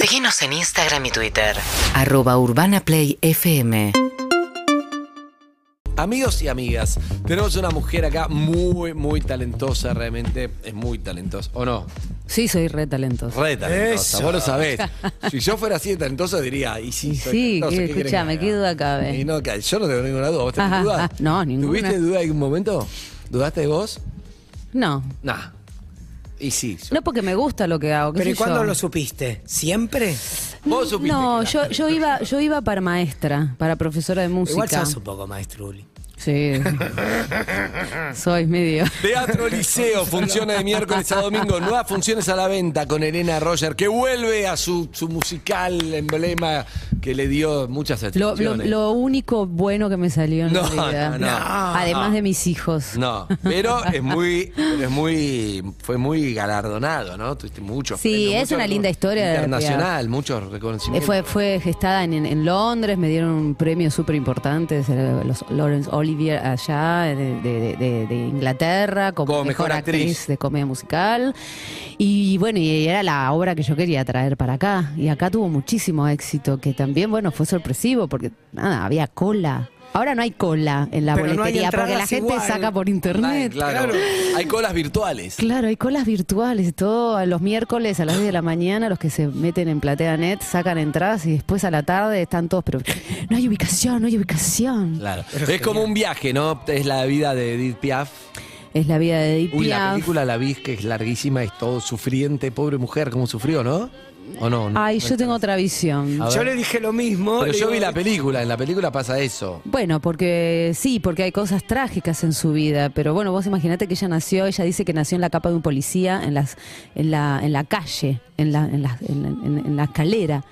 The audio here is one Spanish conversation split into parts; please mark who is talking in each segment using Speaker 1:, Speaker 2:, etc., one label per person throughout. Speaker 1: Seguinos en Instagram y Twitter.
Speaker 2: Arroba Urbana Play FM.
Speaker 3: Amigos y amigas, tenemos una mujer acá muy, muy talentosa, realmente es muy talentosa, ¿o no?
Speaker 4: Sí, soy re talentoso.
Speaker 3: Re talentosa,
Speaker 5: Eso.
Speaker 3: vos lo sabés. Si yo fuera así de talentoso diría, y sí,
Speaker 4: Y
Speaker 3: soy
Speaker 4: sí,
Speaker 3: talentoso,
Speaker 4: que-
Speaker 3: ¿qué querés
Speaker 4: escuchame,
Speaker 3: que
Speaker 4: ¿qué
Speaker 3: haga?
Speaker 4: duda cabe?
Speaker 3: Y no, ca- yo no tengo ninguna duda, ¿vos tenés
Speaker 4: Ajá,
Speaker 3: duda?
Speaker 4: ajá, no, ninguna.
Speaker 3: ¿Tuviste duda en algún momento? ¿Dudaste de vos?
Speaker 4: No,
Speaker 3: Nah. Y sí. yo-
Speaker 4: no porque me gusta lo que hago. qué
Speaker 5: Pero ¿y
Speaker 4: sé
Speaker 5: cuándo
Speaker 4: yo.
Speaker 5: lo supiste? ¿Siempre?
Speaker 3: Vos supiste.
Speaker 4: No,
Speaker 3: que era
Speaker 4: yo, yo iba, yo iba para maestra, para profesora de música.
Speaker 5: Igual sos un poco maestro Uli.
Speaker 4: Sí. soy medio.
Speaker 3: Teatro Liceo funciona de miércoles a domingo. Nuevas funciones a la venta con Elena Roger, que vuelve a su, su musical emblema que le dio muchas
Speaker 4: Lo,
Speaker 3: satisfacciones.
Speaker 4: lo- lo único bueno que me salió en
Speaker 3: No,
Speaker 4: la vida.
Speaker 3: no, no.
Speaker 4: Además de mis hijos.
Speaker 3: No, pero es muy, pero es muy, fue muy galardonado, ¿no? Tuviste mucho.
Speaker 4: Sí,
Speaker 3: premios,
Speaker 4: es
Speaker 3: mucho
Speaker 4: una linda historia de
Speaker 3: Internacional, muchos
Speaker 4: Eh,
Speaker 3: reconocimientos.
Speaker 4: Fue, fue gestada en, en Londres, me dieron un premio súper importante, es el- los Lawrence Olivier allá de, de- de- de Inglaterra, como,
Speaker 3: Como
Speaker 4: mejor,
Speaker 3: mejor
Speaker 4: actriz.
Speaker 3: actriz.
Speaker 4: de comedia musical. Y bueno, y era la obra que yo quería traer para acá. Y acá tuvo muchísimo éxito, que también, bueno, fue sorpresivo, porque nada, había cola. Ahora no hay cola en la
Speaker 5: Pero no hay
Speaker 4: boletería, porque la
Speaker 5: entradas
Speaker 4: gente
Speaker 5: igual.
Speaker 4: saca por
Speaker 3: Online,
Speaker 4: internet.
Speaker 3: claro. Hay colas virtuales.
Speaker 4: Claro, hay colas virtuales, todo. A Los miércoles a las 10 de la mañana, los que se meten en PlateaNet sacan entradas y después a la tarde están todos, pero no hay ubicación, no hay ubicación.
Speaker 3: Claro. Es como un viaje, ¿no? Es la vida de Edith Piaf.
Speaker 4: Es la vida de Edith
Speaker 3: Uy, la
Speaker 4: Piaf.
Speaker 3: película la vi que es larguísima, es todo sufriente, pobre mujer, cómo sufrió, ¿no? ¿O no? No.
Speaker 4: Ay, yo tengo otra visión.
Speaker 3: A ver.
Speaker 5: Yo le dije lo mismo.
Speaker 3: Pero
Speaker 5: le
Speaker 3: yo
Speaker 5: digo,
Speaker 3: vi la película, en la película pasa eso.
Speaker 4: Bueno, porque sí, porque hay cosas trágicas en su vida, pero bueno, vos imaginate que ella nació, ella dice que nació en la capa de un policía, en las, en la, en la calle, en la, en la, en la, en- en la escalera.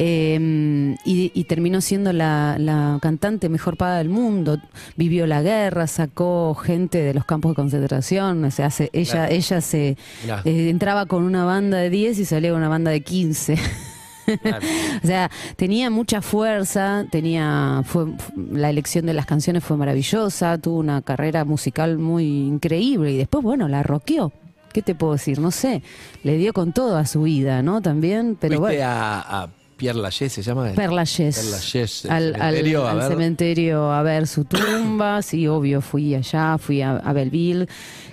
Speaker 4: Eh, y, y terminó siendo la, la cantante mejor pagada del mundo. Vivió la guerra, sacó gente de los campos de concentración. O sea, se- ella, ella se
Speaker 3: Mirá.
Speaker 4: eh, entraba con una banda de 10 y salía con una banda de 15. O sea, tenía mucha fuerza, tenía fue f- la elección de las canciones fue maravillosa, tuvo una carrera musical muy increíble y después bueno, la roqueó. ¿Qué te puedo decir? No sé, le dio con todo a su vida, ¿no? También, pero
Speaker 3: ¿Viste
Speaker 4: bueno.
Speaker 3: a, a Pierre Lachaise se llama?
Speaker 4: Perla Yes.
Speaker 3: Perla Yes, el
Speaker 4: Al, al-
Speaker 3: cementerio, a
Speaker 4: al
Speaker 3: ver.
Speaker 4: cementerio a ver su tumba. sí, obvio, fui allá, fui a, a Belleville,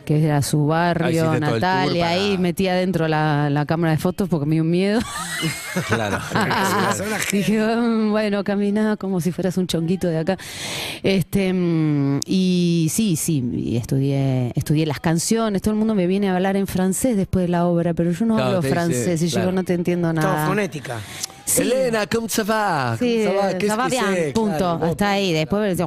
Speaker 4: que era su barrio
Speaker 3: hiciste todo el tour
Speaker 4: natal, y
Speaker 3: para-
Speaker 4: ahí metí adentro la, la cámara de fotos porque me dio un miedo.
Speaker 3: Claro.
Speaker 4: Ah, Dije, "Mm, bueno, caminaba como si fueras un chonguito de acá. Este, mm, y sí, sí, y estudié, estudié las canciones. Todo el mundo me viene a hablar en francés después de la obra, pero yo no
Speaker 3: Claro,
Speaker 4: hablo
Speaker 3: te dice,
Speaker 4: francés y
Speaker 3: claro.
Speaker 4: yo no te entiendo
Speaker 5: Todo
Speaker 3: Ah.
Speaker 4: nada.
Speaker 5: fonética.
Speaker 4: Sí.
Speaker 3: Elena, ¿cómo se va?
Speaker 4: Sí,
Speaker 3: ¿Cómo va? ¿Qué es
Speaker 4: ça va
Speaker 3: que
Speaker 4: bien,
Speaker 3: sé?
Speaker 4: punto,
Speaker 3: Claro, vos-
Speaker 4: hasta ahí. Después
Speaker 3: Soy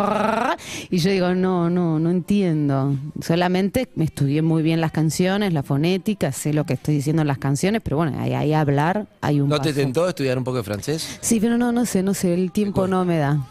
Speaker 3: actriz.
Speaker 4: y yo digo, no, no, no entiendo. Solamente me estudié muy bien las canciones, la fonética, sé lo que estoy diciendo en las canciones, pero bueno, ahí, ahí hablar hay un
Speaker 3: ¿No te
Speaker 4: paso.
Speaker 3: tentó estudiar un poco de francés?
Speaker 4: Sí, pero no, no sé, no sé, el tiempo no me da.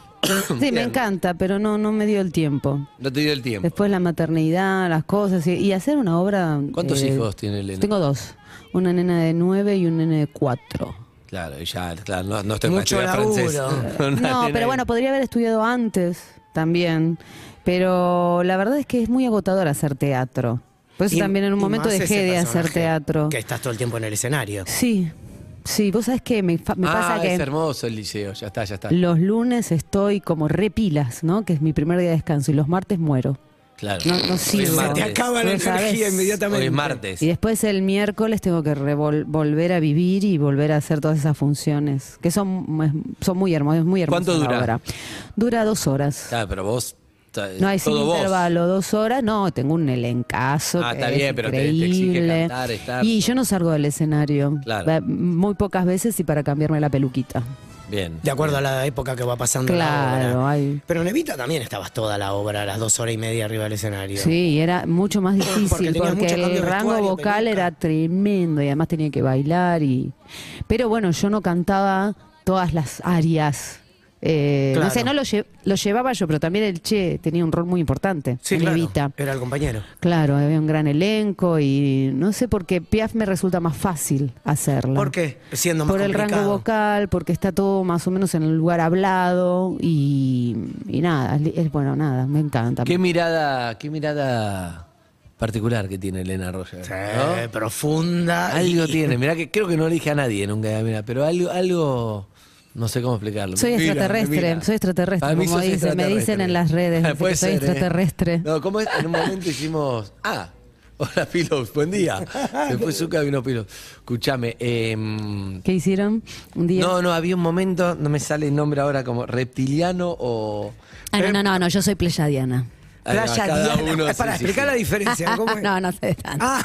Speaker 4: Sí, me
Speaker 3: Bien.
Speaker 4: encanta, pero no, no me dio el tiempo.
Speaker 3: No te dio el tiempo.
Speaker 4: Después la maternidad, las cosas, y, y hacer una obra... eh,
Speaker 3: ¿Cuántos hijos tiene Elena?
Speaker 4: Tengo dos, una nena de nueve y un nene de cuatro.
Speaker 3: Claro, y ya, claro, no, no estoy
Speaker 5: Mucho
Speaker 3: para estudiar
Speaker 5: laburo.
Speaker 3: francés.
Speaker 4: No, pero bueno, podría haber estudiado antes también. Pero la verdad es que es muy agotador hacer teatro. Por eso
Speaker 5: Y-
Speaker 4: también en un
Speaker 5: y
Speaker 4: momento
Speaker 5: más ese
Speaker 4: dejé de hacer
Speaker 5: personaje,
Speaker 4: teatro.
Speaker 5: Que estás todo el tiempo en el escenario.
Speaker 4: Sí, sí, vos sabés que me, fa- me
Speaker 3: ah,
Speaker 4: pasa
Speaker 3: es
Speaker 4: que
Speaker 3: hermoso el liceo, ya está, ya está.
Speaker 4: los lunes estoy como repilas, ¿no? Que es mi primer día de descanso y los martes muero.
Speaker 3: Claro.
Speaker 4: No, no
Speaker 3: Hoy
Speaker 4: sirvo.
Speaker 3: es
Speaker 5: Se te
Speaker 3: martes.
Speaker 5: acaba la
Speaker 4: No sabes.
Speaker 5: energía inmediatamente.
Speaker 3: Hoy es martes.
Speaker 4: Y después el miércoles tengo que revol- volver a vivir y volver a hacer todas esas funciones, que son, mu- son muy hermosas, muy hermosas.
Speaker 3: ¿Cuánto dura?
Speaker 4: Dura dos horas.
Speaker 3: Claro, pero vos. ta-
Speaker 4: No hay sin
Speaker 3: todo vos.
Speaker 4: intervalo, dos horas. No, tengo un elencazo.
Speaker 3: Ah,
Speaker 4: que
Speaker 3: está
Speaker 4: es
Speaker 3: bien, pero te- te exige
Speaker 4: increíble.
Speaker 3: cantar, estar,
Speaker 4: Y
Speaker 3: todo.
Speaker 4: yo no salgo del escenario.
Speaker 3: Claro.
Speaker 4: Va- Muy pocas veces y para cambiarme la peluquita.
Speaker 3: Bien.
Speaker 5: De acuerdo a la época que va pasando la
Speaker 4: Claro,
Speaker 5: obra.
Speaker 4: hay.
Speaker 5: Pero Nevita también estabas toda la obra, las dos horas y media arriba del escenario.
Speaker 4: Sí, era mucho más difícil
Speaker 5: Porque
Speaker 4: porque,
Speaker 5: tenías mucho cambio
Speaker 4: el
Speaker 5: de
Speaker 4: rango
Speaker 5: vestuario,
Speaker 4: vocal
Speaker 5: peluca.
Speaker 4: era tremendo y además tenía que bailar y pero bueno, yo no cantaba todas las arias. Eh,
Speaker 5: Claro.
Speaker 4: No sé, no lo, lle- lo llevaba yo, pero también el Che tenía un rol muy importante.
Speaker 5: Sí,
Speaker 4: en
Speaker 5: claro. Eh.
Speaker 4: Evita.
Speaker 5: Era el compañero.
Speaker 4: Claro, había un gran elenco y no sé por qué Piaf me resulta más fácil hacerla.
Speaker 5: ¿Por qué? Siendo más
Speaker 4: Por el
Speaker 5: complicado.
Speaker 4: rango vocal, porque está todo más o menos en el lugar hablado y, y nada, es, bueno, nada, me encanta.
Speaker 3: ¿Qué mirada, qué mirada particular que tiene Elena Roger. ¿no?
Speaker 5: Eh, Profunda.
Speaker 3: Algo
Speaker 5: y-
Speaker 3: tiene, mirá que creo que no le dije a nadie nunca, mira, pero algo, algo, no sé cómo explicarlo.
Speaker 4: Soy
Speaker 3: Mira,
Speaker 4: extraterrestre,
Speaker 3: mira.
Speaker 4: soy extraterrestre,
Speaker 3: Para mí
Speaker 4: como
Speaker 3: sos
Speaker 4: dicen, me dicen
Speaker 3: extraterrestre.
Speaker 4: en las redes, dice
Speaker 3: Puede
Speaker 4: que soy
Speaker 3: ser, ¿eh?
Speaker 4: extraterrestre.
Speaker 3: No, ¿cómo es? En un momento hicimos, ah, hola Pilos, buen día. Se fue Zucca, vino Pilos. Escuchame, em,
Speaker 4: ¿Qué hicieron? Un día.
Speaker 3: no, no, había un momento, no me sale el nombre ahora como reptiliano o...
Speaker 4: ah,
Speaker 6: eh,
Speaker 4: no, no, no, no, yo soy pleyadiana.
Speaker 3: Ahí va,
Speaker 6: Playa
Speaker 3: cada
Speaker 6: Diana.
Speaker 3: uno,
Speaker 6: Es para
Speaker 3: sí, sí,
Speaker 6: explicar
Speaker 3: sí.
Speaker 6: la diferencia. ¿cómo es?
Speaker 4: no, no sé tanto.
Speaker 6: Ah,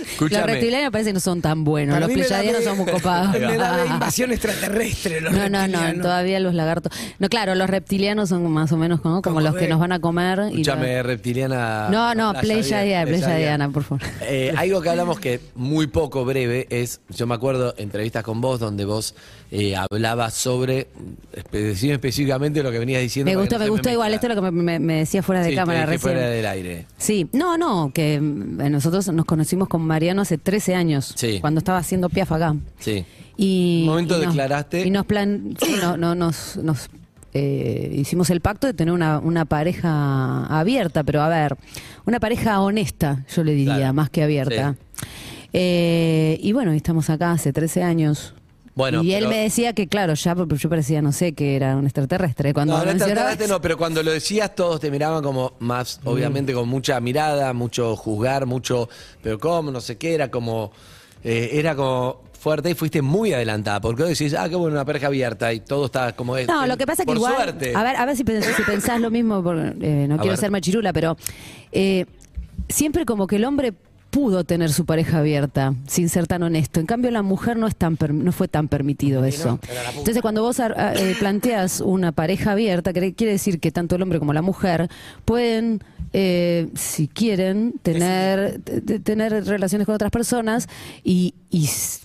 Speaker 4: los
Speaker 3: Escúchame.
Speaker 4: reptilianos parece que no son tan buenos,
Speaker 6: para
Speaker 4: los
Speaker 6: mí me da
Speaker 4: pleyadianos
Speaker 6: de-
Speaker 4: son muy copados. Ah.
Speaker 6: Me da de invasión extraterrestre. Los
Speaker 4: No, no, no,
Speaker 6: reptilianos.
Speaker 4: todavía los lagartos. No, claro, los reptilianos son más o menos ¿no? como
Speaker 6: Como
Speaker 4: los que
Speaker 6: ve.
Speaker 4: nos van a comer. Y
Speaker 3: Escúchame, reptiliana.
Speaker 4: No, no,
Speaker 3: Playa
Speaker 4: Playa
Speaker 3: Diana,
Speaker 4: Diana, Playa
Speaker 3: Playa
Speaker 4: Diana,
Speaker 3: Diana.
Speaker 4: por favor.
Speaker 3: Eh, algo que hablamos que muy poco breve es, yo me acuerdo entrevistas con vos donde vos eh, hablabas sobre, espe- decime específicamente lo que venías diciendo.
Speaker 4: me
Speaker 3: para que
Speaker 4: gustó,
Speaker 3: no
Speaker 4: me
Speaker 3: se
Speaker 4: gustó igual,
Speaker 3: mezcla.
Speaker 4: esto es lo que me, me- me decía fuera de
Speaker 3: Sí, te
Speaker 4: cámara
Speaker 3: dije
Speaker 4: recién.
Speaker 3: fuera del aire.
Speaker 4: Sí, no, no, que mm, nosotros nos conocimos con Mariano hace 13 años,
Speaker 3: Sí.
Speaker 4: cuando estaba haciendo Piaf acá.
Speaker 3: Sí.
Speaker 4: Y,
Speaker 3: Un momento
Speaker 4: y nos-
Speaker 3: declaraste-
Speaker 4: Y nos plan, sí, no, no, nos, nos, eh, hicimos el pacto de tener una, una pareja abierta, pero a ver, una pareja honesta, yo le diría,
Speaker 3: Claro.
Speaker 4: más que abierta. Eh, y bueno, y estamos acá hace 13 años.
Speaker 3: Bueno,
Speaker 4: y él
Speaker 3: pero-
Speaker 4: me decía que, claro, ya porque yo parecía, no sé, que era un extraterrestre. Cuando
Speaker 3: no,
Speaker 4: lo
Speaker 3: no te
Speaker 4: mencionaba-
Speaker 3: trataste, no, pero cuando lo decías todos te miraban como
Speaker 4: Mm.
Speaker 3: más, obviamente con mucha mirada, mucho juzgar, mucho, pero cómo, no sé qué, era como, eh, era como fuerte y fuiste muy adelantada, porque vos decís, ah, qué bueno, una pareja abierta y todo está como es- eh,
Speaker 4: No, lo que pasa es que
Speaker 3: por
Speaker 4: igual.
Speaker 3: suerte.
Speaker 4: A ver, a ver si pens- si pensás, lo mismo, por- eh, no
Speaker 3: A
Speaker 4: quiero
Speaker 3: ver.
Speaker 4: ser machirula, pero eh, siempre como que el hombre pudo tener su pareja abierta sin ser tan honesto. En cambio, la mujer no es tan per- no fue tan permitido eso. Entonces, cuando vos ar- a- eh, planteas una pareja abierta, cre- quiere decir que tanto el hombre como la mujer pueden, eh, si quieren, tener te- te- tener relaciones con otras personas y, y s-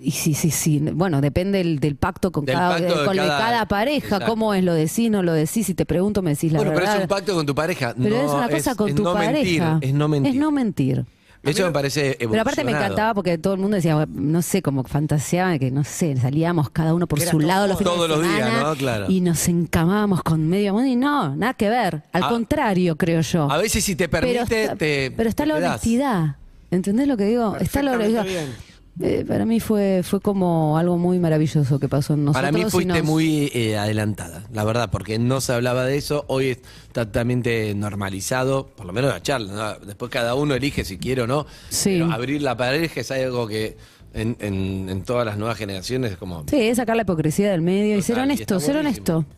Speaker 4: y sí, sí, sí. Bueno, depende del, del pacto con,
Speaker 3: Del
Speaker 4: cada,
Speaker 3: pacto de
Speaker 4: con de
Speaker 3: cada-
Speaker 4: cada, pareja.
Speaker 3: Exacto.
Speaker 4: ¿Cómo es? ¿Lo decís? ¿No lo decís? Si te pregunto, me decís la
Speaker 3: Bueno,
Speaker 4: verdad.
Speaker 3: pero es un pacto con tu pareja.
Speaker 4: Pero
Speaker 3: no,
Speaker 4: es una cosa con
Speaker 3: es
Speaker 4: tu
Speaker 3: no mentir,
Speaker 4: pareja.
Speaker 3: es no mentir.
Speaker 4: Es no mentir.
Speaker 3: Eso me parece
Speaker 4: Pero aparte me
Speaker 3: evolucionado.
Speaker 4: encantaba porque todo el mundo decía, no sé, como fantaseaba que, no sé, salíamos cada uno por
Speaker 6: Era
Speaker 4: su lado los fines
Speaker 3: todos
Speaker 4: de
Speaker 3: los días,
Speaker 4: semana
Speaker 3: ¿no? Claro.
Speaker 4: y nos encamábamos con medio mundo y no, nada que ver. Al
Speaker 3: A-
Speaker 4: contrario, creo yo.
Speaker 3: Ah. A veces si te
Speaker 4: pero
Speaker 3: permite,
Speaker 4: está,
Speaker 3: te
Speaker 4: pero está
Speaker 3: te
Speaker 4: la
Speaker 3: quedás.
Speaker 4: honestidad. ¿Entendés lo que digo? Está la honestidad.
Speaker 6: Perfectamente
Speaker 4: Eh, para mí fue fue como algo muy maravilloso que pasó en nosotros.
Speaker 3: Para mí
Speaker 4: y
Speaker 3: fuiste
Speaker 4: nos-
Speaker 3: muy eh, adelantada, la verdad, porque no se hablaba de eso. Hoy está totalmente normalizado, por lo menos la charla. ¿no? Después cada uno elige si quiere o no.
Speaker 4: Sí.
Speaker 3: Pero abrir la pareja es algo que en, en- en todas las nuevas generaciones es como.
Speaker 4: Sí, es sacar la hipocresía del medio y
Speaker 3: Total,
Speaker 4: ser
Speaker 3: y
Speaker 4: honesto,
Speaker 3: está
Speaker 4: ser
Speaker 3: buenísimo.
Speaker 4: honesto.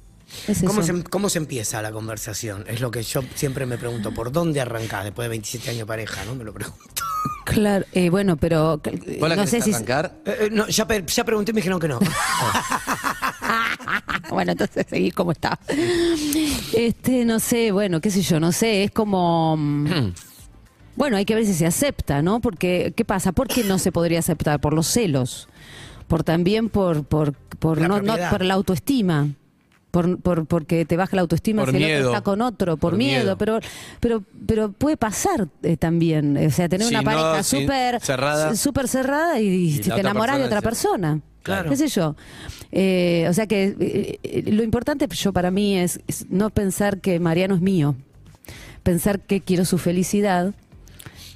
Speaker 4: Es
Speaker 5: ¿Cómo
Speaker 4: eso.
Speaker 5: se, em-, cómo se empieza la conversación? Es lo que yo siempre me pregunto. ¿Por dónde arrancás después de 27 años de pareja? No me lo pregunto.
Speaker 4: Claro, eh, bueno, pero eh,
Speaker 3: ¿Vos la
Speaker 4: no
Speaker 3: querés
Speaker 4: sé si
Speaker 3: arrancar?
Speaker 5: Eh, eh, no, ya, pe- ya pregunté y me dijeron que no.
Speaker 4: bueno, entonces seguir como está. Este, no sé, bueno, qué sé yo, no sé, es como mm, bueno, hay que ver si se acepta, ¿no? Porque qué pasa? ¿Por qué no se podría aceptar por los celos? Por también por por por
Speaker 5: La
Speaker 4: no, no-
Speaker 5: propiedad.
Speaker 4: por la autoestima. Por, por- porque te baja la autoestima
Speaker 3: Por
Speaker 4: si el
Speaker 3: miedo.
Speaker 4: otro está con otro, por,
Speaker 3: Por
Speaker 4: miedo,
Speaker 3: miedo.
Speaker 4: pero pero pero puede pasar eh, también, o sea, tener
Speaker 3: Si
Speaker 4: una
Speaker 3: no,
Speaker 4: pareja
Speaker 3: si-
Speaker 4: súper
Speaker 3: cerrada.
Speaker 4: súper cerrada y,
Speaker 3: Y la
Speaker 4: te
Speaker 3: otra
Speaker 4: enamorás de
Speaker 3: persona dice-
Speaker 4: otra persona.
Speaker 3: Claro.
Speaker 4: ¿Qué sé yo? Eh, o sea que eh, eh, lo importante yo para mí es, es no pensar que Mariano es mío, pensar que quiero su felicidad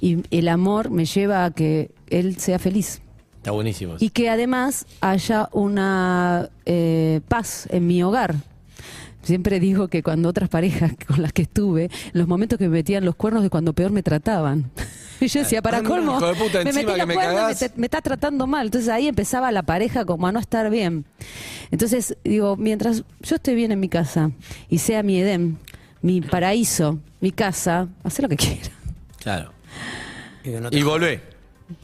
Speaker 4: y el amor me lleva a que él sea feliz
Speaker 3: Está buenísimo.
Speaker 4: y que además haya una eh, paz en mi hogar. Siempre digo que cuando otras parejas con las que estuve, los momentos que me metían los cuernos es cuando peor me trataban. Y yo decía, para
Speaker 3: Ah, no,
Speaker 4: colmo,
Speaker 3: hijo de puta,
Speaker 4: me
Speaker 3: encima
Speaker 4: metí
Speaker 3: que
Speaker 4: los
Speaker 3: me
Speaker 4: cuernos, me,
Speaker 3: cagás.
Speaker 4: te- me está tratando mal. Entonces ahí empezaba la pareja como a no estar bien. Entonces digo, mientras yo esté bien en mi casa y sea mi Edén, mi paraíso, mi casa, hacer lo que quiera.
Speaker 3: Claro.
Speaker 5: Y no te-
Speaker 3: Y volvé.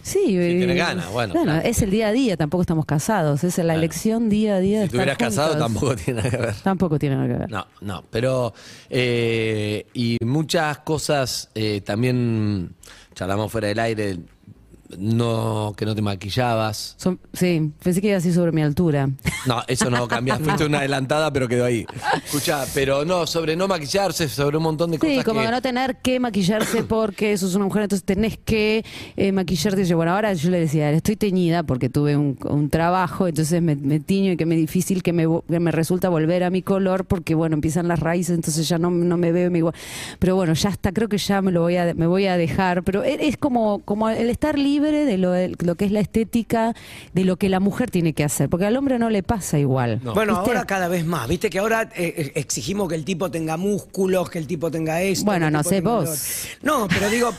Speaker 4: Sí, eh,
Speaker 3: tenés ganas, bueno, claro.
Speaker 4: es el día a día, tampoco estamos casados, es la elección día a día. de
Speaker 3: Si
Speaker 4: estar
Speaker 3: estuvieras casado tampoco
Speaker 4: juntos.
Speaker 3: tiene nada que ver.
Speaker 4: Tampoco tiene nada que ver.
Speaker 3: No, no, pero. eh, y muchas cosas eh, también charlamos fuera del aire. No, que no te maquillabas.
Speaker 4: Son- sí, pensé que iba a decir sobre mi altura.
Speaker 3: No, eso no cambia. Fuiste una adelantada, pero quedó ahí. Escuchá, pero no, sobre no maquillarse, sobre un montón de cosas.
Speaker 4: Sí, como
Speaker 3: que-
Speaker 4: no tener que maquillarse porque sos una mujer, entonces tenés que eh, maquillarte. Y yo, bueno, ahora yo le decía, estoy teñida porque tuve un, un trabajo, entonces me, me tiño y que me es difícil, que me, vo- que me resulta volver a mi color porque, bueno, empiezan las raíces, entonces ya no, no me veo igual. Pero bueno, ya está, creo que ya me lo voy a, de- me voy a dejar. Pero e- es como, como el estar libre de lo, lo que es la estética, de lo que la mujer tiene que hacer, porque al hombre no le pasa igual.
Speaker 5: Bueno,
Speaker 4: ¿Viste?
Speaker 5: ahora cada vez más. Viste que ahora eh, eh, exigimos que el tipo tenga músculos, que el tipo tenga esto.
Speaker 4: Bueno,
Speaker 5: que el
Speaker 4: no
Speaker 5: tipo
Speaker 4: sé
Speaker 5: tenga
Speaker 4: vos.
Speaker 5: lo otro. No, pero digo,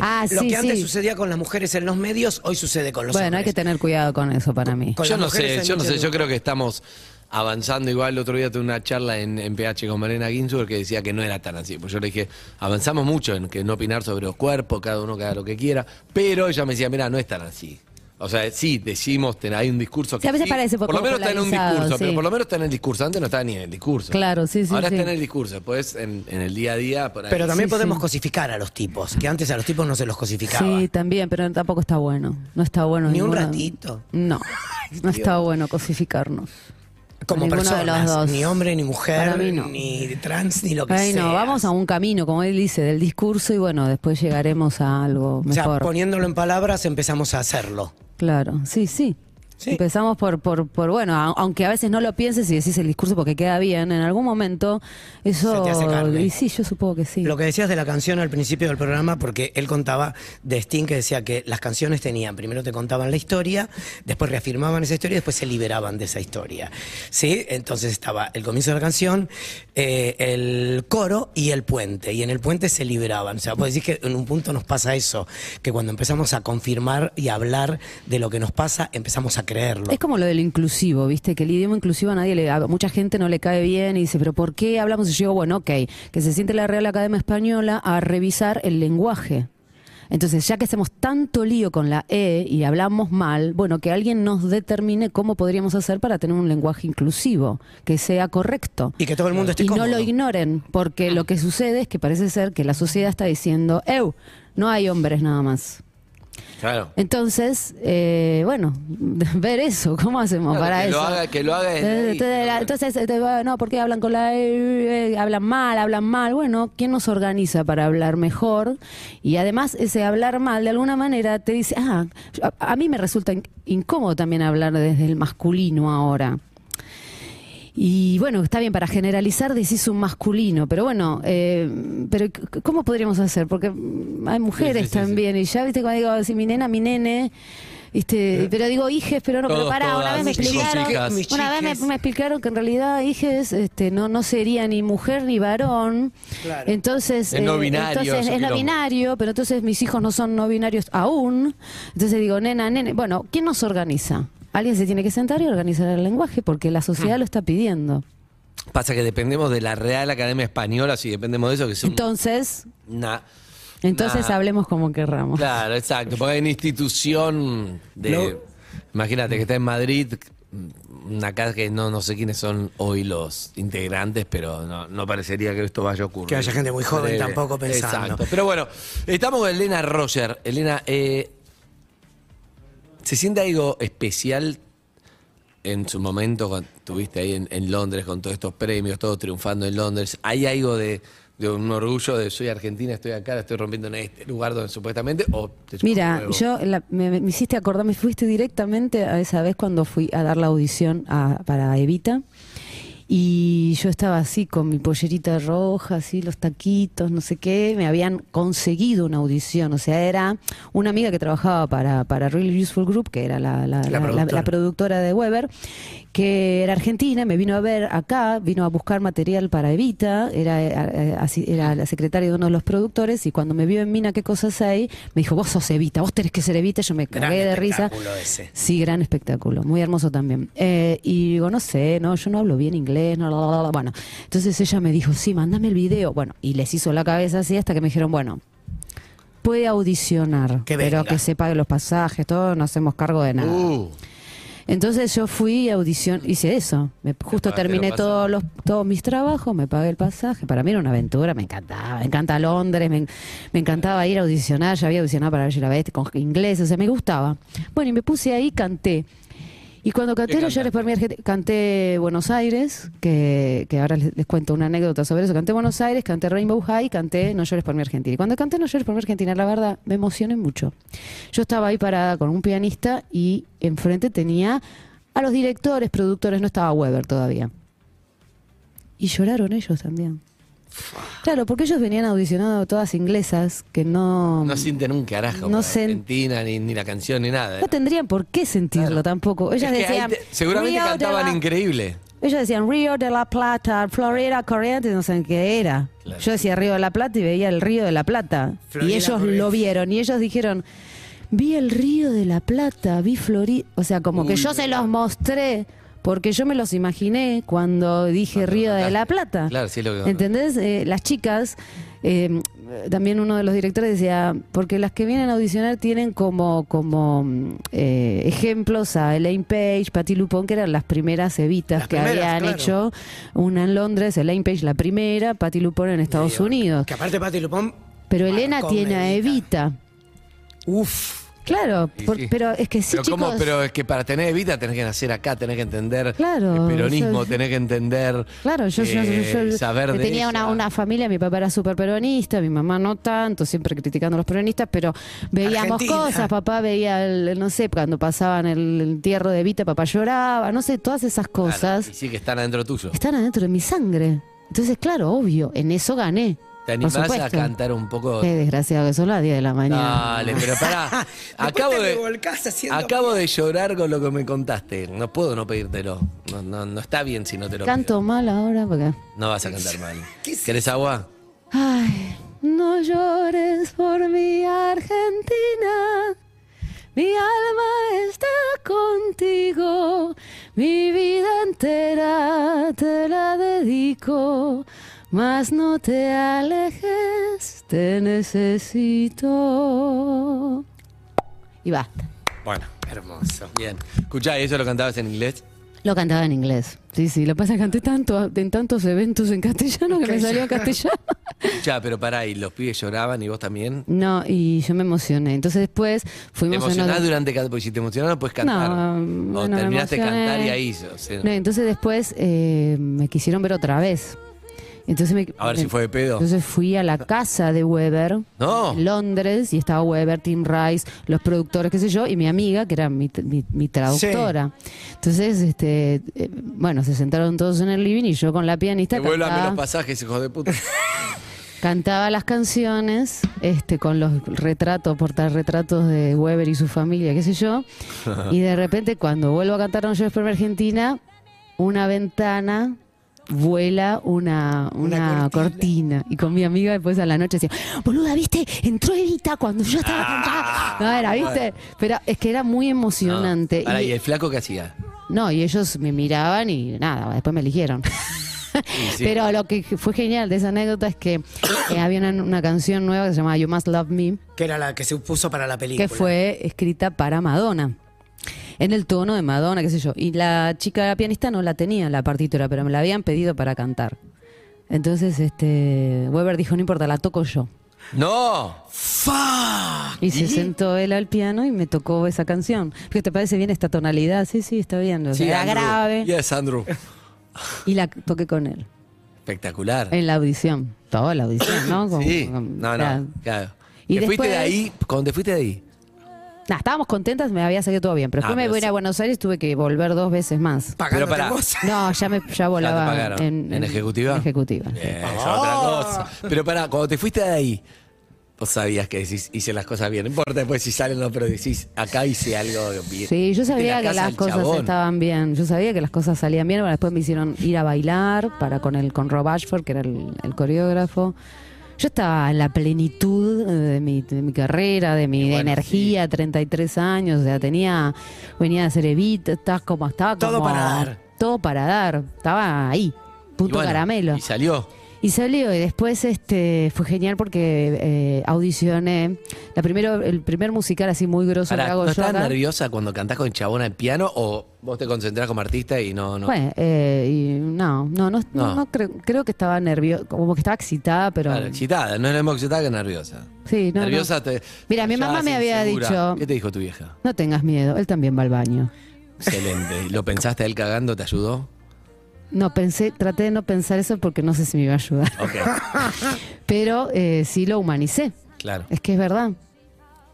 Speaker 4: Ah,
Speaker 5: lo
Speaker 4: sí,
Speaker 5: que antes
Speaker 4: sí.
Speaker 5: sucedía con las mujeres en los medios, hoy sucede con los
Speaker 4: Bueno, hay que
Speaker 5: hombres.
Speaker 4: tener cuidado con eso para mí.
Speaker 5: Con
Speaker 3: yo
Speaker 5: las
Speaker 3: no
Speaker 5: mujeres
Speaker 3: sé,
Speaker 5: hay
Speaker 3: yo no
Speaker 5: mucho
Speaker 3: sé, yo
Speaker 5: que-
Speaker 3: creo que estamos avanzando. Igual el otro día tuve una charla en, en PH con Marina Ginsburg que decía que no era tan así. Pues yo le dije, avanzamos mucho en que no opinar sobre los cuerpos, cada uno que haga lo que quiera. Pero ella me decía, mira, no es tan así. O sea, sí, decimos, ten- hay un discurso que.
Speaker 4: Sí, a veces
Speaker 3: sí,
Speaker 4: parece poco
Speaker 3: Por lo menos está en un
Speaker 4: polarizado,
Speaker 3: discurso,
Speaker 4: sí.
Speaker 3: pero por lo menos está en el discurso. Antes no estaba ni en el discurso.
Speaker 4: Claro, sí, sí,
Speaker 3: Ahora
Speaker 4: sí.
Speaker 3: está en el discurso. Después, en, en el día a día, por ahí.
Speaker 5: Pero también
Speaker 4: Sí,
Speaker 5: podemos
Speaker 4: sí.
Speaker 5: cosificar a los tipos, que antes a los tipos no se los cosificaba.
Speaker 4: Sí, también, pero tampoco está bueno. No está bueno.
Speaker 5: Ni un
Speaker 4: ninguna-
Speaker 5: ratito.
Speaker 4: No, no está bueno cosificarnos.
Speaker 5: Como
Speaker 4: Ninguno de
Speaker 5: personas,
Speaker 4: los dos.
Speaker 5: ni hombre, ni mujer,
Speaker 4: Para mí no.
Speaker 5: ni trans, ni lo que
Speaker 4: Ay,
Speaker 5: sea.
Speaker 4: no, vamos a un camino, como él dice, del discurso y bueno, después llegaremos a algo
Speaker 5: O sea,
Speaker 4: mejor.
Speaker 5: poniéndolo en palabras empezamos a hacerlo.
Speaker 4: Claro, sí, sí.
Speaker 5: Sí.
Speaker 4: Empezamos por, por, por, bueno, a- aunque a veces no lo pienses y decís el discurso porque queda bien, en algún momento eso...
Speaker 5: Se te hace carne.
Speaker 4: y sí, yo supongo que sí.
Speaker 5: Lo que decías de la canción al principio del programa, porque él contaba de Sting que decía que las canciones tenían, primero te contaban la historia, después reafirmaban esa historia y después se liberaban de esa historia. ¿Sí? Entonces estaba el comienzo de la canción, eh, el coro y el puente. Y en el puente se liberaban. O sea, puedes decir que en un punto nos pasa eso, que cuando empezamos a confirmar y a hablar de lo que nos pasa, empezamos a creerlo.
Speaker 4: Es como lo del inclusivo, ¿viste? Que el idioma inclusivo a nadie le. A mucha gente no le cae bien y dice, ¿pero por qué hablamos? Y yo digo, bueno, ok, que se siente la Real Academia Española a revisar el lenguaje. Entonces, ya que hacemos tanto lío con la E y hablamos mal, bueno, que alguien nos determine cómo podríamos hacer para tener un lenguaje inclusivo, que sea correcto.
Speaker 5: Y que todo el mundo esté
Speaker 4: Y no
Speaker 5: cómodo.
Speaker 4: lo ignoren, porque lo que sucede es que parece ser que la sociedad está diciendo, ¡eu! No hay hombres nada más.
Speaker 3: Claro.
Speaker 4: Entonces, eh, bueno, ver eso, ¿cómo hacemos
Speaker 3: Claro,
Speaker 4: para
Speaker 3: que
Speaker 4: eso?
Speaker 3: Lo haga, que lo haga desde
Speaker 4: Eh,
Speaker 3: ahí.
Speaker 4: te- la- Entonces, te va, no, porque hablan con la... eh, eh, hablan mal, hablan mal. Bueno, ¿quién nos organiza para hablar mejor? Y además, ese hablar mal, de alguna manera, te dice, ah, a, a mí me resulta in- incómodo también hablar desde el masculino ahora. Y bueno, está bien, para generalizar decís un masculino, pero bueno, eh, pero c- ¿cómo podríamos hacer? Porque mm, hay mujeres
Speaker 3: Sí, sí, sí, sí.
Speaker 4: también, y ya viste cuando digo, si mi nena, mi nene, este, pero digo hijes, pero no, pero
Speaker 3: Todos,
Speaker 4: pará, una
Speaker 3: todas,
Speaker 4: vez me
Speaker 3: chicos,
Speaker 4: explicaron,
Speaker 3: chicas.
Speaker 5: Mis
Speaker 4: una vez me,
Speaker 5: chiques.
Speaker 4: me explicaron que en realidad hijes este, no, no sería ni mujer ni varón,
Speaker 5: Claro.
Speaker 4: entonces, eh,
Speaker 3: Es no binario, ese
Speaker 4: entonces es no
Speaker 3: quilombo.
Speaker 4: binario, pero entonces mis hijos no son no binarios aún, entonces digo, nena, nene, bueno, ¿quién nos organiza? Alguien se tiene que sentar y organizar el lenguaje porque la
Speaker 3: Hmm.
Speaker 4: sociedad lo está pidiendo.
Speaker 3: Pasa que dependemos de la Real Academia Española, si dependemos de eso, que es un-
Speaker 4: Entonces,
Speaker 3: una-
Speaker 4: entonces
Speaker 3: una-
Speaker 4: hablemos como querramos.
Speaker 3: Claro, exacto. Porque hay una institución de. Imagínate que está en Madrid, una casa que no, no sé quiénes son hoy los integrantes, pero no, no parecería que esto vaya a ocurrir.
Speaker 5: Que haya gente muy joven
Speaker 3: Breve.
Speaker 5: tampoco pensando.
Speaker 3: Exacto. Pero bueno, estamos con Elena Roger. Elena, eh, ¿se siente algo especial en su momento cuando estuviste ahí en, en Londres con todos estos premios, todos triunfando en Londres, ¿hay algo de, de un orgullo de soy argentina, estoy acá, la estoy rompiendo en este lugar donde supuestamente? O te chupa un
Speaker 4: Mira,
Speaker 3: huevo?
Speaker 4: yo la- me, me- me hiciste acordar, me fuiste directamente a esa vez cuando fui a dar la audición a- para Evita. Y yo estaba así con mi pollerita roja, así los taquitos, no sé qué. Me habían conseguido una audición. O sea, era una amiga que trabajaba para, para Really Useful Group, que era la, la- la- la- la productora de Weber, que era argentina, me vino a ver acá, vino a buscar material para Evita, era, eh, eh, así- era la secretaria de uno de los productores y cuando me vio en Mina qué cosas hay, me dijo, vos sos Evita, vos tenés que ser Evita, yo me
Speaker 5: Gran
Speaker 4: cagué de risa.
Speaker 5: espectáculo ese.
Speaker 4: Sí, gran espectáculo, muy hermoso también. Eh, y digo, no sé, no, yo no hablo bien inglés, no, la, la, la, la. bueno. Entonces ella me dijo, sí, mándame el video. Bueno, y les hizo la cabeza así hasta que me dijeron, bueno, puede audicionar,
Speaker 5: Que
Speaker 4: pero
Speaker 5: venga.
Speaker 4: que se pague los pasajes, todo, no hacemos cargo de nada.
Speaker 3: Uh,
Speaker 4: Entonces yo fui a audición, hice eso. Me, justo
Speaker 3: pagaste
Speaker 4: terminé
Speaker 3: los
Speaker 4: todos los todos mis trabajos, me pagué el pasaje. Para mí era una aventura, me encantaba. Me encanta Londres, me, en- me encantaba ir a audicionar. Ya había audicionado para ver la Bestia con ingleses, o sea, me gustaba. Bueno, y me puse ahí, canté. Y cuando canté No llores por mi Argentina, canté Buenos Aires, que, que ahora les, les cuento una anécdota sobre eso. Canté Buenos Aires, canté Rainbow High, canté No llores por mi Argentina. Y cuando canté No llores por mi Argentina, la verdad, me emocioné mucho. Yo estaba ahí parada con un pianista y enfrente tenía a los directores, productores, no estaba Weber todavía. Y lloraron ellos también. Claro, porque ellos venían audicionando todas inglesas que no...
Speaker 3: No sienten un carajo
Speaker 4: No
Speaker 3: no
Speaker 4: sen-
Speaker 3: Argentina, ni, ni la canción, ni nada.
Speaker 4: No tendrían por qué sentirlo tampoco. Ellas
Speaker 3: Es que ahí
Speaker 4: decían.
Speaker 3: te- seguramente
Speaker 4: "Río de
Speaker 3: cantaban
Speaker 4: la-".
Speaker 3: increíble.
Speaker 4: Ellas decían Río de la Plata, Florida, Corrientes, no sé qué era. Yo decía Río de la Plata y veía el Río de la Plata. y
Speaker 5: Florida,
Speaker 4: ellos lo
Speaker 5: Corrientes.
Speaker 4: vieron y ellos dijeron. Vi el río de la Plata, vi Florida. O sea, como que yo se los mostré, porque yo me los imaginé cuando dije Río de la Plata.
Speaker 3: Claro, sí es lo que-
Speaker 4: ¿Entendés? Eh, las chicas, eh, también uno de los directores decía, porque las que vienen a audicionar tienen como, como mm, eh, ejemplos a Elaine Page, Patti Lupón, que eran las primeras evitas
Speaker 5: Las
Speaker 4: que
Speaker 5: primeras,
Speaker 4: habían
Speaker 5: claro.
Speaker 4: hecho. Una en Londres, Elaine Page la primera, Patti Lupón en Estados Unidos.
Speaker 5: Que aparte Pati Lupón,
Speaker 4: Pero Elena
Speaker 5: Marcó
Speaker 4: tiene a
Speaker 5: Evita.
Speaker 4: Evita.
Speaker 5: uff,
Speaker 4: Claro,
Speaker 3: Y
Speaker 4: por-
Speaker 3: sí.
Speaker 4: pero es que sí,
Speaker 3: pero,
Speaker 4: chicos.
Speaker 3: ¿cómo? pero es que para tener Evita tenés que nacer acá, tenés que entender
Speaker 4: Claro,
Speaker 3: el peronismo,
Speaker 4: yo-
Speaker 3: tenés que entender.
Speaker 4: Claro, yo, yo-
Speaker 3: eh,
Speaker 4: yo- yo-
Speaker 3: saber
Speaker 4: que
Speaker 3: de
Speaker 4: tenía una,
Speaker 3: ella.
Speaker 4: una familia, mi papá era súper peronista, mi mamá no tanto, siempre criticando a los peronistas, pero veíamos
Speaker 5: Argentina.
Speaker 4: cosas, papá veía, el, no sé, cuando pasaban el entierro de Vita, papá lloraba, no sé, todas esas
Speaker 3: Claro,
Speaker 4: cosas
Speaker 3: y sí, que están adentro tuyo.
Speaker 4: están adentro de mi sangre. Entonces, claro, obvio, en eso gané.
Speaker 3: ¿Te
Speaker 4: por
Speaker 3: animás a
Speaker 4: supuesto.
Speaker 3: cantar un poco?
Speaker 4: Qué desgraciado que son las 10 de la mañana.
Speaker 3: Dale, pero pará. acabo
Speaker 5: te
Speaker 3: de.
Speaker 5: revolcás haciendo-
Speaker 3: Acabo de llorar con lo que me contaste. No puedo no pedírtelo. No, no, no está bien si no te lo
Speaker 4: Canto mal ahora porque...
Speaker 3: pido. No vas a cantar mal. ¿Querés agua?
Speaker 4: Ay, no llores por mi Argentina. Mi alma está contigo, mi vida entera te la dedico, mas no te alejes, te necesito. Y basta.
Speaker 3: Bueno,
Speaker 5: hermoso.
Speaker 3: bien. Escuchá, ¿y eso lo cantabas en inglés?
Speaker 4: Lo cantaba en inglés. Sí, sí, lo que pasa es que canté tanto en tantos eventos en castellano que me salió en castellano.
Speaker 3: Ya, pero pará, y los pibes lloraban y vos también.
Speaker 4: No, y yo me emocioné. Entonces después
Speaker 3: ¿Te
Speaker 4: fuimos a
Speaker 3: emocionás
Speaker 4: unos-
Speaker 3: durante cada.? Porque si te emocionás no puedes cantar.
Speaker 4: No,
Speaker 3: o
Speaker 4: no me
Speaker 3: terminaste de
Speaker 4: emocioné.
Speaker 3: cantar y ahí. o sea,
Speaker 4: No, entonces después eh, me quisieron ver otra vez. Entonces me,
Speaker 3: A ver si
Speaker 4: me-
Speaker 3: fue de pedo.
Speaker 4: Entonces fui a la casa de Weber
Speaker 3: No.
Speaker 4: en Londres y estaba Weber, Tim Rice, los productores, qué sé yo, y mi amiga, que era mi, mi- mi traductora. Entonces, este, eh, bueno, se sentaron todos en el living y yo con la pianista
Speaker 3: Devuélvame los
Speaker 4: cantaba,
Speaker 3: pasajes, hijo de puta.
Speaker 4: cantaba las canciones este, con los retratos, portarretratos de Weber y su familia, qué sé yo. Y de repente, cuando vuelvo a cantar No llores por mi Argentina, una ventana vuela una, una,
Speaker 5: Una
Speaker 4: cortina. Y con mi amiga después a la noche decía, boluda, ¿viste? Entró Evita cuando yo estaba
Speaker 3: Ah,
Speaker 4: cantando. No, era, ¿viste? Pero es que era muy emocionante.
Speaker 3: Pará, ¿y
Speaker 4: y,
Speaker 3: el flaco qué hacía?
Speaker 4: no, y ellos me miraban y nada, después me eligieron.
Speaker 3: sí.
Speaker 4: Pero lo que fue genial de esa anécdota es que eh, había una, una canción nueva que se llamaba You Must Love Me
Speaker 5: Que era la que se puso para la película.
Speaker 4: que fue escrita para Madonna. En el tono de Madonna, qué sé yo. Y la chica, la pianista, no la tenía la partitura, pero me la habían pedido para cantar. Entonces, este, Weber dijo, no importa, la toco yo.
Speaker 3: ¡No!
Speaker 4: Y, se sentó él al piano y me tocó esa canción. ¿Qué te parece bien esta tonalidad? Sí, sí, está bien. O sea, era
Speaker 3: Andrew.
Speaker 4: grave.
Speaker 3: Yes, Andrew.
Speaker 4: Y la toqué con él.
Speaker 3: Espectacular.
Speaker 4: En la audición. Toda la audición, ¿no? Como-
Speaker 3: Sí.
Speaker 4: como-
Speaker 3: No,
Speaker 4: o sea,
Speaker 3: no. Claro.
Speaker 4: Y
Speaker 3: ¿Te fuiste
Speaker 4: después-
Speaker 3: de ahí? ¿Cuándo te fuiste de ahí?
Speaker 4: nah, estábamos contentas, me había salido todo bien. Pero
Speaker 3: Ah,
Speaker 4: después me
Speaker 3: pero
Speaker 4: voy a ir a
Speaker 3: sí.
Speaker 4: Buenos Aires, tuve que volver dos veces más.
Speaker 5: Pagándote
Speaker 3: Pero pará.
Speaker 5: vos.
Speaker 4: No, ya me ya volaba.
Speaker 3: pagaron. ¿En ejecutiva?
Speaker 4: en ejecutiva.
Speaker 3: Eh, esa otra cosa. Pero pará, cuando te fuiste de ahí, vos sabías que decís, hice las cosas bien. No importa después si salen o no, pero decís, acá hice algo bien.
Speaker 4: Sí, yo
Speaker 3: Viste la
Speaker 4: sabía que
Speaker 3: casa
Speaker 4: las
Speaker 3: del
Speaker 4: cosas
Speaker 3: chabón.
Speaker 4: estaban bien. Yo sabía que las cosas salían bien. Bueno, después me hicieron ir a bailar para con el con Rob Ashford, que era el, el coreógrafo. Yo estaba en la plenitud eh, de mi, de mi carrera, de mi energía, 33 años, o sea, tenía, venía a hacer Evita, estaba como, estaba como...
Speaker 5: Todo para dar.
Speaker 4: Todo para dar, estaba ahí,
Speaker 3: Y
Speaker 4: punto
Speaker 3: bueno,
Speaker 4: caramelo.
Speaker 3: Y salió.
Speaker 4: Y salió y después este fue genial porque eh, audicioné la primero el primer musical así muy grosso
Speaker 3: Pará,
Speaker 4: que hago
Speaker 3: ¿No
Speaker 4: yo
Speaker 3: estás
Speaker 4: acá.
Speaker 3: nerviosa cuando cantás con chabón al piano o vos te concentrás como artista y no, no?
Speaker 4: Bueno, eh, y no, no, no, no,
Speaker 3: No.
Speaker 4: no creo, creo que estaba nerviosa, como que estaba excitada, pero
Speaker 3: Claro, excitada, no es lo mismo excitada que nerviosa.
Speaker 4: sí, no, no.
Speaker 3: nerviosa te.
Speaker 4: Mira, mi
Speaker 3: callás,
Speaker 4: mamá me había
Speaker 3: insegura.
Speaker 4: dicho-
Speaker 3: ¿Qué te dijo tu vieja?
Speaker 4: No tengas miedo, él también va al baño.
Speaker 3: Excelente. ¿Lo pensaste a él cagando? ¿Te ayudó?
Speaker 4: No, pensé, traté de no pensar eso porque no sé si me iba a ayudar.
Speaker 3: Ok,
Speaker 4: Pero eh, sí lo humanicé.
Speaker 3: claro.
Speaker 4: Es que es verdad.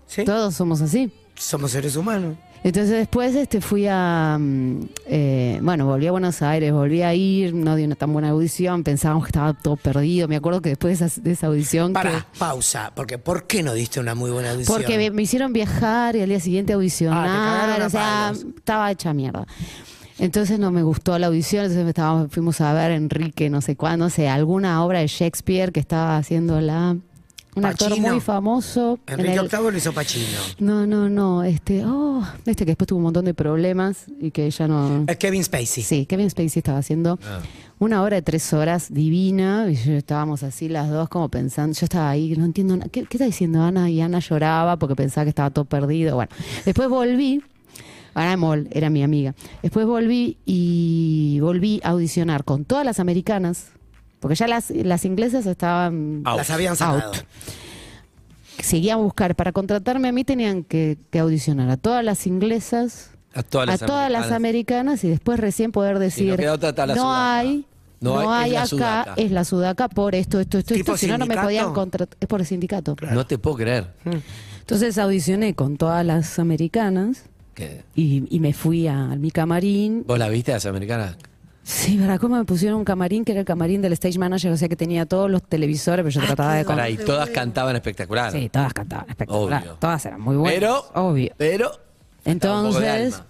Speaker 5: Sí.
Speaker 4: Todos somos así.
Speaker 5: Somos seres humanos.
Speaker 4: Entonces después este fui a mm, eh, bueno, volví a Buenos Aires, volví a ir, no di una tan buena audición, pensábamos que estaba todo perdido. Me acuerdo que después de esa, de esa audición que-
Speaker 5: Para, pausa, porque ¿por qué no diste una muy buena audición?
Speaker 4: porque me, me hicieron viajar y al día siguiente audicionar,
Speaker 5: Ah, cagaron a
Speaker 4: o sea,
Speaker 5: palos.
Speaker 4: estaba hecha mierda. Entonces no me gustó la audición, entonces me estábamos- fuimos a ver Enrique, no sé cuándo, no sé, alguna obra de Shakespeare que estaba haciendo la un actor
Speaker 5: Pacino.
Speaker 4: muy famoso en
Speaker 5: Enrique
Speaker 4: el-
Speaker 5: VIII lo hizo Pachino.
Speaker 4: No, no, no, este, oh, este que después tuvo un montón de problemas y que ya no...
Speaker 5: Eh, Kevin Spacey.
Speaker 4: Mm. Sí, Kevin Spacey estaba haciendo una hora de tres horas divina y yo- estábamos así las dos como pensando, yo estaba ahí, no entiendo, na- ¿qué, qué está diciendo Ana? Y Ana lloraba porque pensaba que estaba todo perdido. Bueno, después volví, Ana Moll era mi amiga, después volví y volví a audicionar con todas las americanas, porque ya las, las inglesas estaban...
Speaker 3: Out.
Speaker 5: Las habían sacado.
Speaker 4: Out. Seguían a buscar, para contratarme a mí tenían que- que audicionar a todas las inglesas
Speaker 3: A todas
Speaker 4: a
Speaker 3: las
Speaker 4: todas las
Speaker 3: americanas.
Speaker 4: americanas y después recién poder decir
Speaker 3: queda otra, está la
Speaker 4: no
Speaker 3: sudaca".
Speaker 4: hay
Speaker 3: No
Speaker 4: no,
Speaker 3: hay,
Speaker 4: hay,
Speaker 3: es la
Speaker 4: acá
Speaker 3: sudaca".
Speaker 4: es la sudaca por esto esto esto
Speaker 5: ¿Tipo
Speaker 4: esto si no no me
Speaker 5: sindicato?
Speaker 4: podían contratar es por el sindicato
Speaker 3: No te puedo creer.
Speaker 4: entonces audicioné con todas las americanas
Speaker 3: que-
Speaker 4: y, y me fui a, mi camarín
Speaker 3: ¿Vos la viste a las americanas?
Speaker 4: sí para cómo me pusieron un camarín que era el camarín del stage manager o sea que tenía todos los televisores
Speaker 5: Ah,
Speaker 4: pero yo trataba de con-
Speaker 3: Pará, y todas cantaban espectacular.
Speaker 4: sí todas cantaban espectacular
Speaker 3: Obvio.
Speaker 4: todas eran muy buenas
Speaker 3: pero,
Speaker 4: obvio
Speaker 3: Pero. faltaba un poco de
Speaker 4: Entonces,
Speaker 3: alma.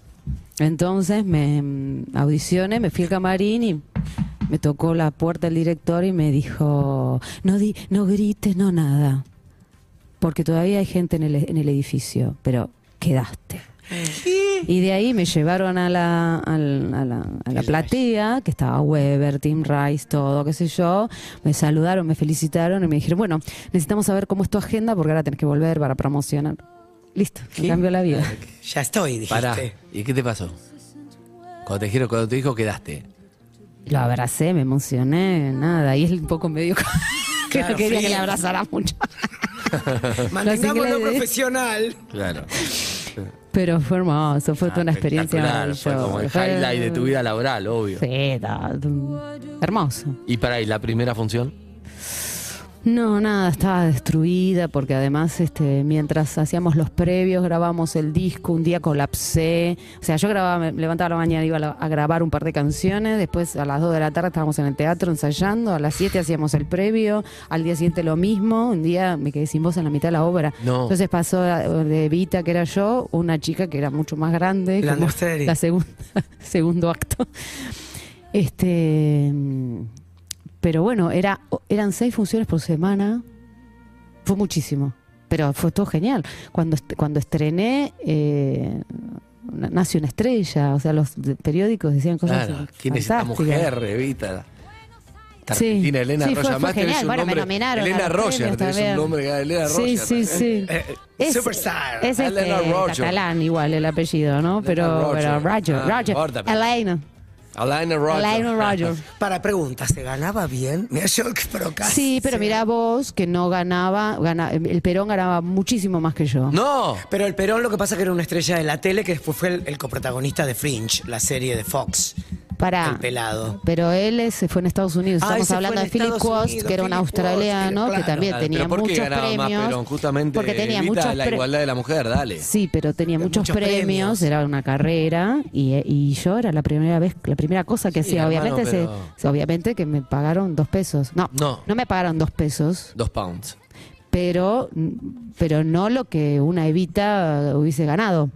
Speaker 4: entonces me mm, audicioné, me fui al camarín y me tocó la puerta el director y me dijo, no, di, no grites, no nada, porque todavía hay gente en el, en el edificio, pero quedaste. Y de ahí me llevaron a la, al- a la, a la platea, que estaba Weber, Tim Rice, todo, qué sé yo. Me saludaron, me felicitaron y me dijeron, bueno, necesitamos saber cómo es tu agenda porque ahora tenés que volver para promocionar. Listo, me cambió la vida.
Speaker 5: Ya estoy, dijiste.
Speaker 3: Pará. ¿Y qué te pasó? Cuando te dijeron, cuando te dijo quedaste.
Speaker 4: Lo abracé, me emocioné, nada. Y es un poco medio que
Speaker 5: Claro,
Speaker 4: no quería
Speaker 5: sí.
Speaker 4: que la abrazara mucho.
Speaker 5: Mantengámoslo
Speaker 4: ingleses.
Speaker 5: profesional.
Speaker 3: Claro.
Speaker 4: Pero fue hermoso, fue toda una experiencia
Speaker 3: Claro, Ah, fue como el
Speaker 4: maravillosa.
Speaker 3: highlight de tu vida laboral, obvio.
Speaker 4: Sí, da- hermoso.
Speaker 3: Y para ahí, la primera función.
Speaker 4: No, nada, estaba destruida porque además este, mientras hacíamos los previos, grabamos el disco, un día colapsé. O sea, yo grababa, me levantaba a la mañana, iba a, la- a grabar un par de canciones, después a las 2 de la tarde estábamos en el teatro ensayando, a las 7 hacíamos el previo, al día siguiente lo mismo, un día me quedé sin voz en la mitad de la obra.
Speaker 3: No.
Speaker 4: Entonces pasó eh, de Vita, que era yo, una chica que era mucho más grande,
Speaker 5: La
Speaker 4: como
Speaker 5: Andrés.
Speaker 4: la segunda, segundo acto. Este, mm, pero bueno, era, eran seis funciones por semana. Fue muchísimo. Pero fue todo genial. Cuando, est- cuando estrené, eh, na- nace una estrella. O sea, los de- periódicos decían cosas.
Speaker 3: Claro. ¿Quién es esta
Speaker 4: fantásticas.
Speaker 3: mujer, Revita? Esta
Speaker 4: Sí.
Speaker 3: Argentina, Elena
Speaker 4: Sí, fue-
Speaker 3: Roger.
Speaker 4: fue
Speaker 3: Además, tenés
Speaker 4: genial.
Speaker 3: un
Speaker 4: Bueno, me
Speaker 3: nombre-
Speaker 4: nominaron a
Speaker 3: Elena
Speaker 4: los
Speaker 3: Roger,
Speaker 4: premios
Speaker 3: tenés un
Speaker 4: también.
Speaker 3: nombre de Elena
Speaker 4: Sí,
Speaker 3: Roger.
Speaker 4: sí, sí.
Speaker 5: Eh,
Speaker 4: Es-
Speaker 5: superstar.
Speaker 4: Es este,
Speaker 3: Elena Roger.
Speaker 4: catalán igual el apellido, ¿no? Pero,
Speaker 3: Roger.
Speaker 4: pero Roger,
Speaker 3: Ah,
Speaker 4: Roger.
Speaker 3: gorda, pero-
Speaker 4: Elena,
Speaker 3: Elena Roger.
Speaker 4: Elena Roger.
Speaker 5: Para preguntas, ¿se ganaba bien? Mira, yo que- pero casi.
Speaker 4: Sí, pero mira vos que no ganaba, gana- el Perón ganaba muchísimo más que yo.
Speaker 3: No.
Speaker 5: Pero el Perón lo que pasa es que era una estrella de la tele que después fue el, el coprotagonista de Fringe, la serie de Fox.
Speaker 4: Pará.
Speaker 5: El pelado.
Speaker 4: Pero él eh, se fue en Estados Unidos.
Speaker 5: Ah, él
Speaker 4: Estamos
Speaker 5: se fue
Speaker 4: hablando
Speaker 5: en
Speaker 4: de Philip
Speaker 5: Estados
Speaker 4: Quost,
Speaker 5: Unidos,
Speaker 4: que era un
Speaker 5: Philip Quost,
Speaker 4: australiano
Speaker 5: claro.
Speaker 4: que también
Speaker 3: Dale,
Speaker 4: tenía
Speaker 3: pero ¿por qué
Speaker 4: muchos
Speaker 3: ganaba
Speaker 4: premios.
Speaker 3: más Perón? Justamente
Speaker 4: porque tenía
Speaker 3: evita
Speaker 4: muchos
Speaker 3: la
Speaker 4: pre-
Speaker 3: igualdad de la mujer, dale.
Speaker 4: Sí, pero tenía
Speaker 5: Pero
Speaker 4: muchos,
Speaker 5: muchos
Speaker 4: premios,
Speaker 5: premios.
Speaker 4: era una carrera y, eh, y yo era la primera vez, la primera cosa que
Speaker 3: Sí,
Speaker 4: hacía.
Speaker 3: hermano,
Speaker 4: Obviamente, se-
Speaker 3: pero-
Speaker 4: se- obviamente que me pagaron dos pesos. No,
Speaker 3: No.
Speaker 4: no, me pagaron dos pesos,
Speaker 3: Dos pounds.
Speaker 4: pero, pero no lo que una Evita hubiese ganado.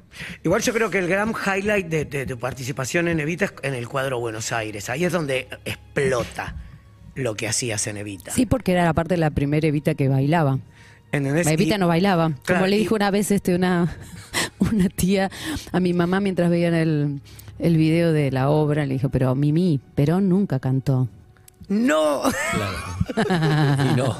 Speaker 5: Igual yo creo que el gran highlight de, de tu participación en Evita es en el cuadro Buenos Aires. Ahí es donde explota lo que hacías en Evita.
Speaker 4: Sí, porque era la parte de la primera Evita que bailaba.
Speaker 5: ¿Entendés?
Speaker 4: La Evita
Speaker 5: Y-
Speaker 4: no bailaba.
Speaker 5: Claro,
Speaker 4: Como le
Speaker 5: y-
Speaker 4: dijo una vez este una, una tía a mi mamá mientras veían el, el video de la obra, le dijo, pero Mimi, Perón nunca cantó.
Speaker 5: ¡No!
Speaker 3: Claro. y no.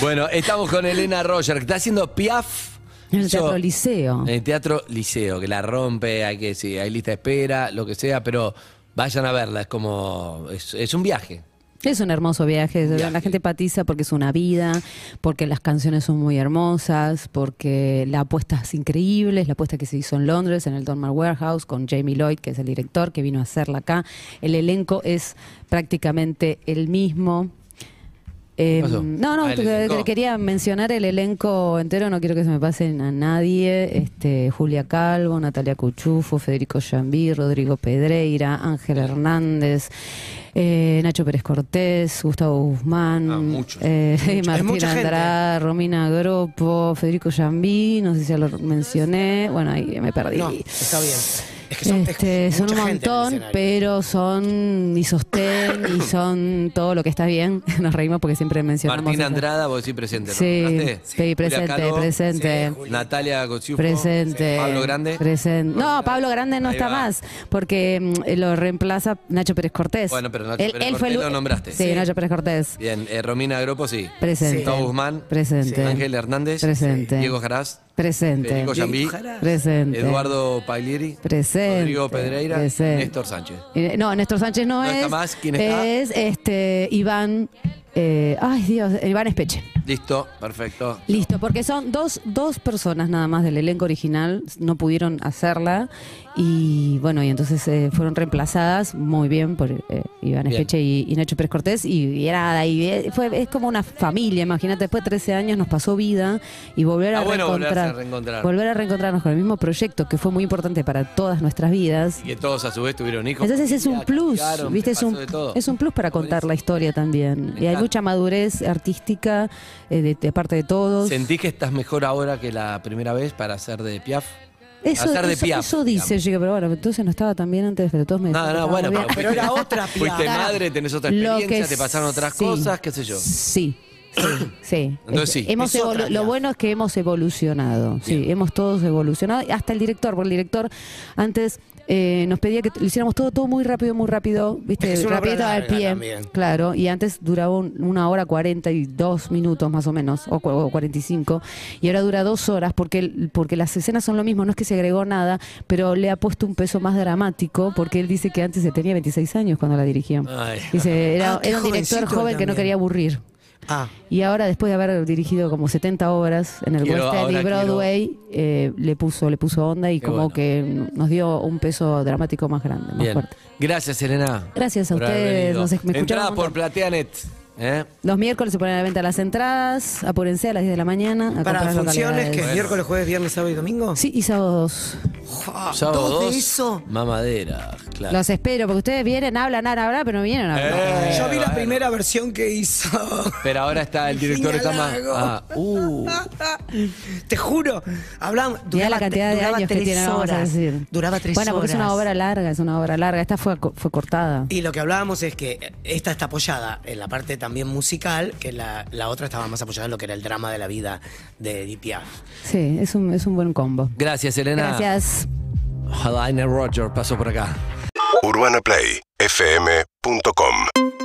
Speaker 3: Bueno, estamos con Elena Roger, que está haciendo Piaf.
Speaker 4: En el
Speaker 3: Hizo-
Speaker 4: Teatro Liceo.
Speaker 3: En el Teatro Liceo, que la rompe, hay que sí, hay lista de espera, lo que sea, pero vayan a verla, es como. Es, es un viaje.
Speaker 4: Es un hermoso viaje. La gente patiza porque es una vida, porque las canciones son muy hermosas, porque la apuesta es increíble. Es la apuesta que se hizo en Londres, en el Donmar Warehouse, con Jamie Lloyd, que es el director, que vino a hacerla acá. El elenco es prácticamente el mismo. Eh,
Speaker 3: pasó?
Speaker 4: no, no,
Speaker 3: Ah, el
Speaker 4: te- te-
Speaker 3: elenco.
Speaker 4: quería mencionar el elenco entero, no quiero que se me pasen a nadie. Este, Julia Calvo, Natalia Cuchufo, Federico Yambí, Rodrigo Pedreira, Ángel Hernández, eh, Nacho Pérez Cortés, Gustavo Guzmán,
Speaker 3: Ah, muchos.
Speaker 4: eh,
Speaker 5: Es
Speaker 4: Martín
Speaker 5: mucha gente.
Speaker 4: Andrade, Romina Gropo, Federico Yambí, no sé si ya lo mencioné, bueno, ahí me perdí.
Speaker 5: No, está bien. Es que son, es
Speaker 4: Este, son un
Speaker 5: mucha gente en el
Speaker 4: montón,
Speaker 5: escenario.
Speaker 4: pero son y sostén y son todo lo que está bien. Nos reímos porque siempre mencionamos.
Speaker 3: Martín
Speaker 4: eso.
Speaker 3: Andrada, vos decís presente, ¿no?
Speaker 4: Sí,
Speaker 3: ¿Nombraste?
Speaker 4: sí,
Speaker 3: Julia
Speaker 4: presente,
Speaker 3: Calvo,
Speaker 4: presente.
Speaker 5: Sí, Julia.
Speaker 3: Natalia Gociufo.
Speaker 4: Presente.
Speaker 3: Pablo Grande.
Speaker 4: Presen- No, Pablo Grande no
Speaker 3: Ahí
Speaker 4: está
Speaker 3: va.
Speaker 4: más, porque mm, lo reemplaza Nacho Pérez Cortés.
Speaker 3: Bueno, pero Nacho Pérez
Speaker 4: fue
Speaker 3: Cortés lo nombraste.
Speaker 4: Sí,
Speaker 3: Sí.
Speaker 4: Nacho Pérez Cortés.
Speaker 3: Bien, eh, Romina Gropo, sí.
Speaker 4: Presente.
Speaker 3: Gustavo Guzmán.
Speaker 4: Presente.
Speaker 3: Ángel Hernández.
Speaker 4: Presente.
Speaker 3: Diego Jaraz.
Speaker 4: Presente.
Speaker 3: Federico Yambí.
Speaker 4: Presente.
Speaker 3: Eduardo Paglieri.
Speaker 4: Presente.
Speaker 3: Rodrigo Pedreira.
Speaker 4: Presente.
Speaker 3: Néstor Sánchez.
Speaker 4: Eh, No, Néstor Sánchez no,
Speaker 3: No
Speaker 4: es.
Speaker 3: está más, ¿quién está?
Speaker 4: Es este, Iván. eh, ay, Dios, Iván Espeche.
Speaker 3: Listo, perfecto.
Speaker 4: Listo, porque son dos, dos personas nada más del elenco original, no pudieron hacerla y bueno, y entonces eh, fueron reemplazadas muy bien por eh, Iván
Speaker 3: Bien.
Speaker 4: Espeche y, y Nacho Pérez Cortés y, y nada, y eh, fue, es como una familia, imagínate, después de 13 años nos pasó vida y volver a
Speaker 3: Está Ah, bueno volverse
Speaker 4: reencontrar,
Speaker 3: a reencontrar.
Speaker 4: volver a reencontrarnos con el mismo proyecto que fue muy importante para todas nuestras vidas.
Speaker 3: Y que todos a su vez tuvieron hijos.
Speaker 4: Entonces es un
Speaker 3: Ya,
Speaker 4: plus,
Speaker 3: casaron,
Speaker 4: ¿viste? Es
Speaker 3: pasó
Speaker 4: un,
Speaker 3: de todo.
Speaker 4: es un plus para contar la historia también.
Speaker 3: Me
Speaker 4: Y hay
Speaker 3: encanta.
Speaker 4: mucha madurez artística eh, de, de parte de todos.
Speaker 3: ¿Sentís que estás mejor ahora que la primera vez para hacer de Piaf?
Speaker 4: Eso,
Speaker 3: Hacer de
Speaker 4: eso,
Speaker 3: Piaf,
Speaker 4: eso dice,
Speaker 3: digamos.
Speaker 4: chica, pero bueno, entonces no estaba tan bien antes, pero todos me
Speaker 3: No,
Speaker 4: decían que
Speaker 3: no,
Speaker 4: estaba
Speaker 3: bueno,
Speaker 4: muy
Speaker 3: pero,
Speaker 4: bien.
Speaker 3: fuiste-
Speaker 5: era otra Piaf.
Speaker 3: Fuiste
Speaker 4: Claro.
Speaker 3: madre, tenés otra
Speaker 4: Lo
Speaker 3: experiencia,
Speaker 4: que
Speaker 3: te pasaron otras
Speaker 4: sí.
Speaker 3: cosas, qué sé yo.
Speaker 4: Sí. Sí, sí.
Speaker 3: Entonces
Speaker 4: Este,
Speaker 3: sí.
Speaker 4: Hemos
Speaker 5: Es
Speaker 4: evolu-
Speaker 5: otra vida.
Speaker 4: lo bueno es que hemos evolucionado. Sí, hemos todos evolucionado. y Hasta el director, porque el director antes eh, nos pedía que lo hiciéramos todo, todo muy rápido, muy rápido. ¿viste?
Speaker 5: Es que es una obra
Speaker 4: Rapidito al
Speaker 5: larga
Speaker 4: pie.
Speaker 5: también.
Speaker 4: Claro. Y antes duraba un- una hora cuarenta y dos minutos más o menos, o cu- o cuarenta y cinco. Y ahora dura dos horas porque, el- porque las escenas son lo mismo. No es que se agregó nada, pero le ha puesto un peso más dramático porque él dice que antes se tenía 26 años cuando la dirigió.
Speaker 3: Ay.
Speaker 4: Dice, era,
Speaker 5: Ah, qué
Speaker 4: era un director
Speaker 5: jovencito
Speaker 4: joven que no
Speaker 5: también.
Speaker 4: quería aburrir.
Speaker 5: Ah,
Speaker 4: Y ahora, después de haber dirigido como 70 obras en el
Speaker 3: Quiero-
Speaker 4: West End
Speaker 3: ahora
Speaker 4: y Broadway, eh, le puso le puso onda y
Speaker 3: Qué
Speaker 4: como
Speaker 3: bueno.
Speaker 4: que nos dio un peso dramático más grande, más
Speaker 3: Bien.
Speaker 4: fuerte.
Speaker 3: Gracias, Elena.
Speaker 4: Gracias a
Speaker 3: por haber
Speaker 4: ustedes,
Speaker 3: venido.
Speaker 4: nos es- me escucharon
Speaker 3: Entrada
Speaker 4: un
Speaker 3: por
Speaker 4: montón.
Speaker 3: Plateanet. ¿eh?
Speaker 4: Los miércoles se ponen a la venta las entradas, apúrense a las 10 de la mañana. A comprar
Speaker 5: para
Speaker 4: las
Speaker 5: funciones que
Speaker 4: localidades.
Speaker 5: es miércoles, jueves, viernes, sábado y domingo.
Speaker 4: Sí, y sábados.
Speaker 5: Ujá,
Speaker 3: Sábado
Speaker 5: dos de
Speaker 3: 2,
Speaker 5: eso.
Speaker 3: Mamadera, claro.
Speaker 4: Los espero, porque ustedes vienen, hablan, hablan, hablan, pero no vienen a hablar.
Speaker 3: Eh,
Speaker 5: Yo vi la
Speaker 3: bueno.
Speaker 5: primera versión que hizo.
Speaker 3: Pero ahora está el director está más.
Speaker 5: Halago.
Speaker 3: Ah, uh.
Speaker 5: Te juro, hablamos.
Speaker 4: Mirá
Speaker 5: Duraba,
Speaker 4: la cantidad de
Speaker 5: duraba
Speaker 4: años que
Speaker 5: tres
Speaker 4: tiene, vamos
Speaker 5: horas.
Speaker 4: a decir.
Speaker 5: Duraba tres
Speaker 4: bueno, porque
Speaker 5: horas.
Speaker 4: es una obra larga, es una obra larga. Esta fue, co- fue cortada.
Speaker 5: Y lo que hablábamos es que esta está apoyada en la parte también musical, que la, la otra estaba más apoyada en lo que era el drama de la vida de Edith Piaf.
Speaker 4: Sí, es un, es un buen combo.
Speaker 3: Gracias, Elena.
Speaker 4: Gracias.
Speaker 3: Helena Roger pasó por acá.
Speaker 7: UrbanaPlayFM.com